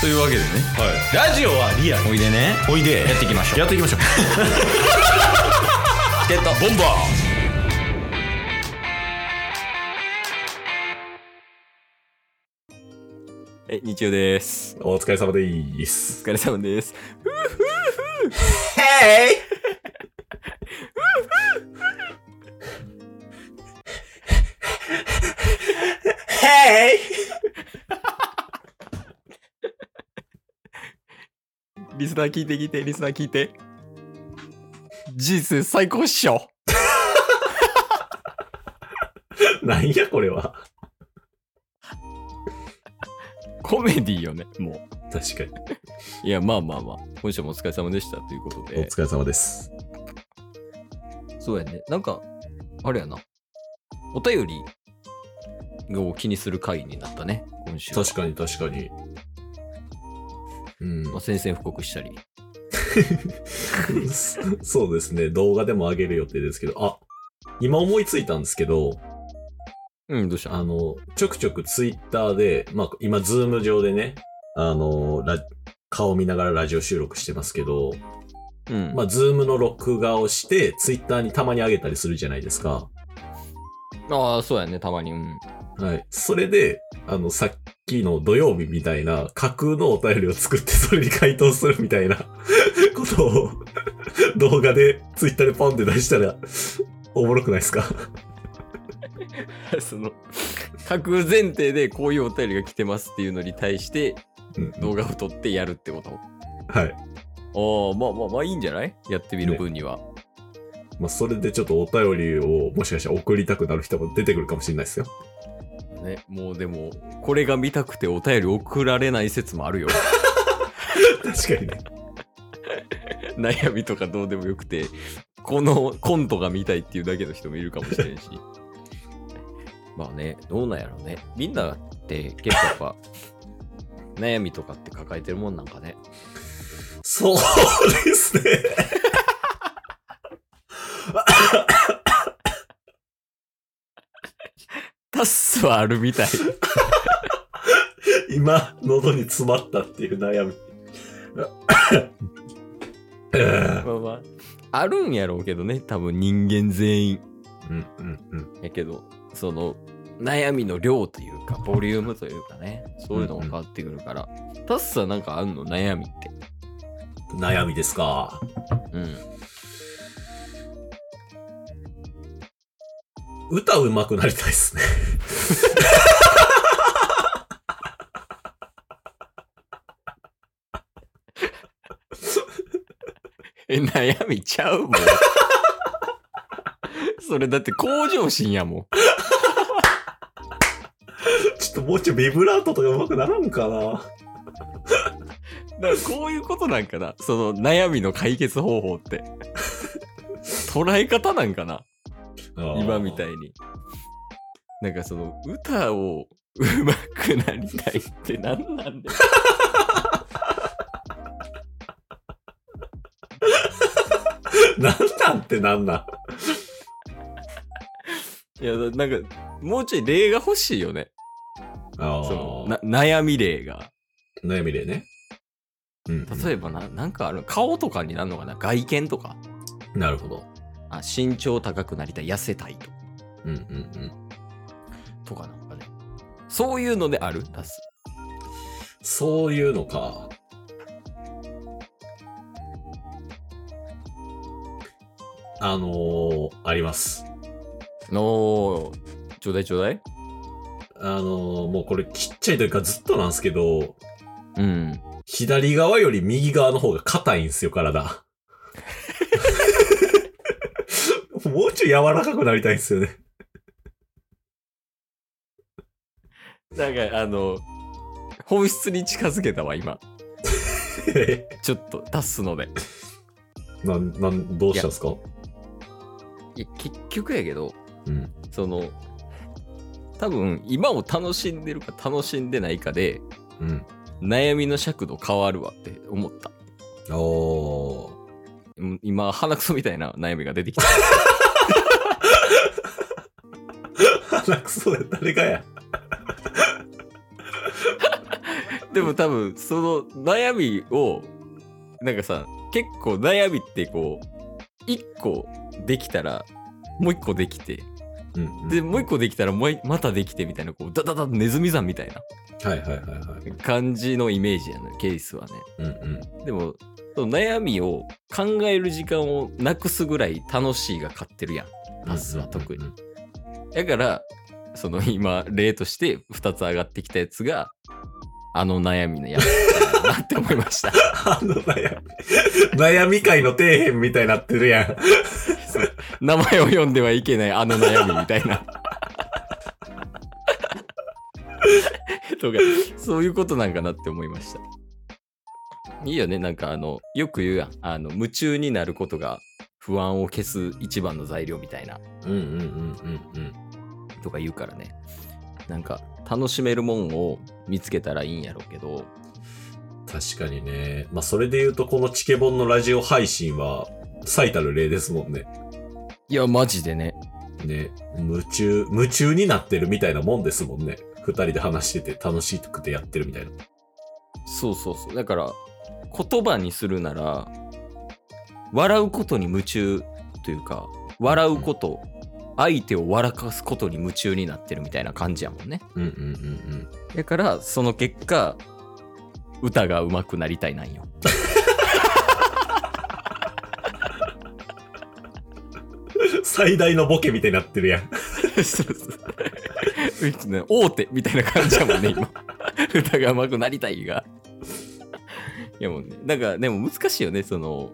というわけでねラジオはリアルおいでねおいでやっていきましょうやっていきましょうチケットボンバーえ、日曜です。お疲れ様でーす お疲れ様です。 Hey! リスナー聞いて聞いて、リスナー聞いて。人生最高っしょ。なんやこれはコメディよね、も確かに、う。いや、まあまあまあ、今週もお疲れ様でしたということおで。疲れ様ですそうやね。なんか、あれやな。お便りを気にする回になったね、今週は。確かに確かにうんまあ、宣戦布告したり。そ そうですね動画でも上げる予定ですけどあ今思いついたんですけどうん、どうしたあのちょくちょくツイッターでまあ今ズーム上でねあのラ顔見ながらラジオ収録してますけど、うん。まあ、ズームの録画をして、ツイッターにたまに上げたりするじゃないですか。ああ、そうやね、たまに。うん。はい。それで、あの、さっきの土曜日みたいな、架空のお便りを作って、それに回答するみたいな ことを、動画で、ツイッターでポンって出したら、おもろくないですか その、各前提でこういうお便りが来てますっていうのに対してうん動画を撮ってやるってこと。はい。ああ、まあまあまあいいんじゃないやってみる分には。まあ、それでちょっとお便りを、もしかしたら送りたくなる人も出てくるかもしれないですよ。ね、もうでも、これが見たくてお便り送られない説もあるよ。確かにね。悩みとかどうでもよくて、このコントが見たいっていうだけの人もいるかもしれん し。まあね、どうなんやろうね。みんなって結構やっぱ、悩みとかって抱えてるもんなんかね。そうですね。タスはあるみたい。今、喉に詰まったっていう悩み。 まあまあ、あるんやろうけどね、多分人間全員。うんうんうん。やけど、その、悩みの量という か、ボリュームというかね、そういうのも変わってくるから。タッスはなんかあんの悩みって。悩みですか。うん。歌うまくなりたいですね。え、悩みちゃうもん。 それだって向上心やもん。 ちょっともうちょいビブラートとかうまくならんかな。だからこういうことなんかな、その悩みの解決方法って。捉え方なんかな今みたいい。に。なんかその歌を上手くなりたいって何なんだよ。 なんなんってなんなん。いや、だなんかもうちょい例が欲しいよね。あそのーな悩み例が。悩みでね。うん。例えばな、なんかある顔とかになるのかな外見とか。なるほど。あ身長高くなりたい、痩せたいとかうんうんうん。とかなんかね。そういうのである出す。そういうのか。あのー、あります。おー、ちょうだいちょうだい。あのーもうこれちっちゃい時からずっとなんですけど、うん。左側より右側の方が硬いんですよ、体。 もうちょい柔らかくなりたいんですよね。 なんかあの、本質に近づけたわ、今。ちょっと出すので。な、なん、どうしたんですかいや、結局やけど、うん。その多分今を楽しんでるか楽しんでないかでうん。悩みの尺度変わるわって思ったおー。 うん今鼻くそみたいな悩みが出てきた鼻くそで誰がや。でも多分その悩みをなんかさ結構悩みってこう1個できたらもう1個できてうんうんでもう1個できたらもういまたできてみたいなこうダダダネズミ山みたいなはいはいはいはい。感じのイメージやねケースはねうんうん。でもその悩みを考える時間をなくすぐらい楽しいが勝ってるやんパスは特にうんうんだからその今例として2つ上がってきたやつがあの悩みのやつだなって思いましたあの悩み、 悩み会の底辺みたいになってるやん。名前を読んではいけないあの悩みみたいな とかそういうことなんかなって思いましたいいよねなんかあのよく言うやんあの夢中になることが不安を消す一番の材料みたいなうんうんうんうんうん。とか言うからねなんか楽しめるもんを見つけたらいいんやろうけど確かにね。まあ、それで言うと、このチケボンのラジオ配信は、最たる例ですもんね。いやマジでねね。夢中、夢中になってるみたいなもんですもんね。二人で話してて楽しくてやってるみたいな。そうそうそうだから言葉にするなら笑うことに夢中というか笑うこと相手を笑かすことに夢中になってるみたいな感じやもんねうんうんうんだからその結果歌が上手くなりたいなんようん。最大のボケみたいになってるやん。そうそう ね大手みたいな感じやもんね今歌が上手くなりたいがいやもうねなんかでも難しいよねその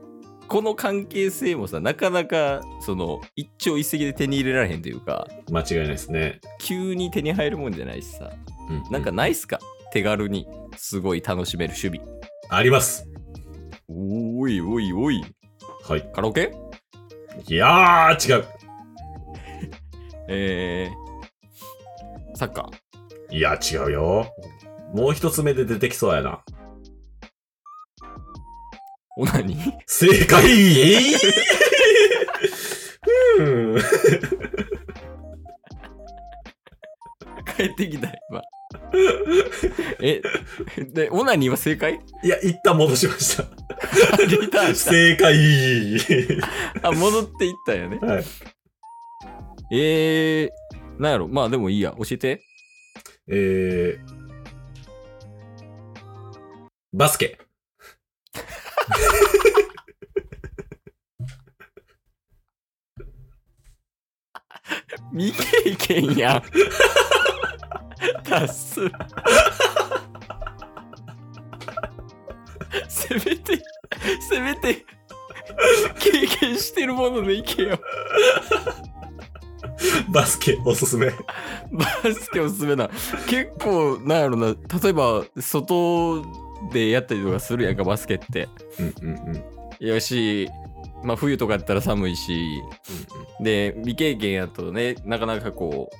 この関係性もさなかなかその一朝一夕で手に入れられへんというか間違いないですね。急に手に入るもんじゃないしさううなんか、ないっすか手軽にすごい楽しめる趣味あります。おいおいおいはい。カラオケいやー、違う。えー、サッカーいや、違うよ。もう一つ目で出てきそうやな。オナニー正解うん。帰ってきた今えでオナニーは正解いや、一旦戻しました。 リターンし正解たあ戻っていったよねはい。えー、なんやろまあでもいいや教えてえー、バスケ。 未経験やん達するせめてせめて経験してるものでいけよバスケおすすめ。バスケおすすめな結構なんやろな例えば外でやったりとかするやんかバスケってうんうんうん。うんうんよしまあ冬とかやったら寒いしで未経験やとねなかなかこ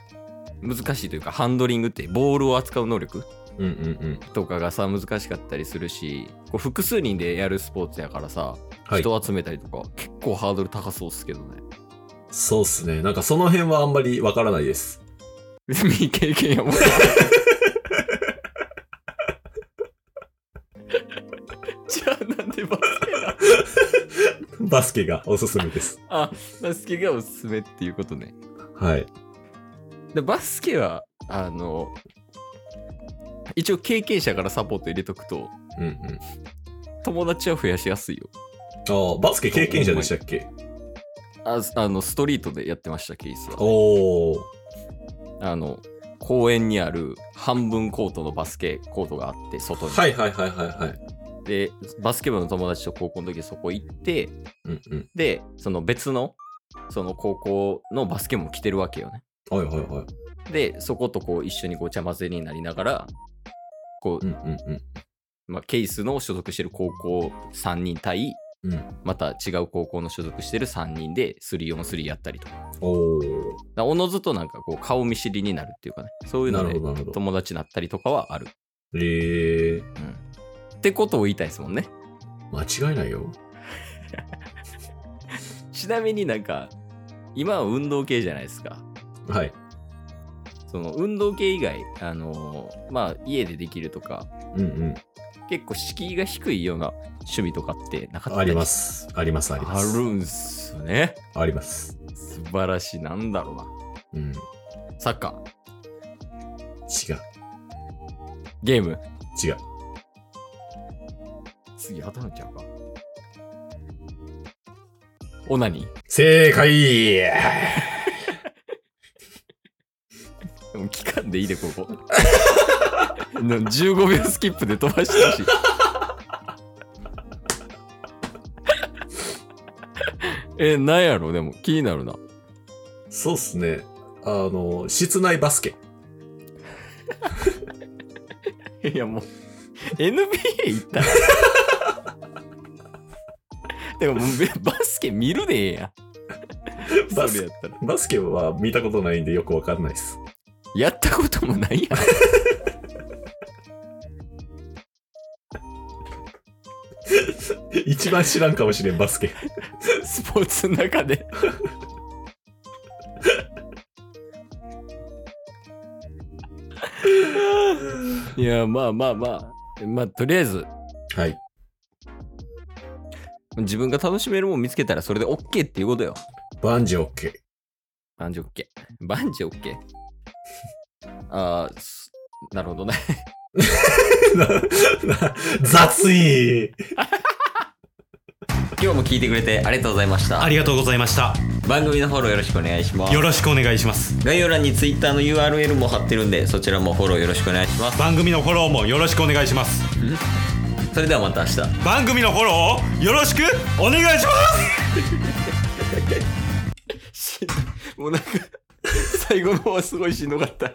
う難しいというかハンドリングってボールを扱う能力うんうんうん。とかがさ難しかったりするしこう複数人でやるスポーツやからさ、はい。人集めたりとか結構ハードル高そうっすけどねそうっすね。なんかその辺はあんまりわからないです。未経験 やもんじゃあなんでバスケなバスケがおすすめです。あバスケがおすすめっていうことねはい。でバスケはあの一応経験者からサポート入れとくとうんうん。友達は増やしやすいよああ、バスケ経験者でしたっけああのストリートでやってましたケースはおー。あの公園にある半分コートのバスケコートがあって外に、はいはいはいはいはい。でバスケ部の友達と高校の時そこ行ってうんうん。でその別のその高校のバスケも来てるわけよねはいはいはい。でそことこう一緒にごちゃ混ぜになりながらこう、うんうんうん。まあ、ケースの所属してる高校3人対うん。また違う高校の所属してる3人で 3on3 やったりとかおー。だおのずとなんかこう顔見知りになるっていうかねそういうのなるほどなるでほど友達になったりとかはある、ええうん、ってことを言いたいですもんねー、間違いないよ。ちなみになんか今は運動系じゃないですかはい。その運動系以外、あのーまあ、家でできるとか、うん結構敷居が低いような趣味とかってなかうっん。たありります。あります、ありまあす。るんすね。あります。素晴らしい。なんだろううん。違う。な。サッカー、ゲーム。違う。次、当たるんちゃうか。オナニー。正解でも期間でいいで、こ こ。な15秒スキップで飛ばしてほ しい。え、なんやろでも気になるな。そうっすね。あの、室内バスケ。いやもう NBA 行ったら でももうべバスケ見るでええやんバそれスやったらバスケは見たことないんでよくわかんないです。やったこともないやん一番知らんかもしれん、バスケ。スポーツの中でいやまあまあまあまあとりあえずはい。自分が楽しめるもん見つけたらそれで OK っていうことよバンジー OK。バンジー OK バンジー OK ああなるほどねなな 雑い今日も聞いてくれてありがとうございましたありがとうございました。番組のフォローよろしくお願いしまよろしくお願いします。概要欄に Twitter の URL も貼ってるんでそちらもフォローよろしくお願いしま番組のフォローもよろしくお願いします。すそれではまた明日番組のフォローをよろしくお願いしますもうなんか最後の方はすごいしんどかった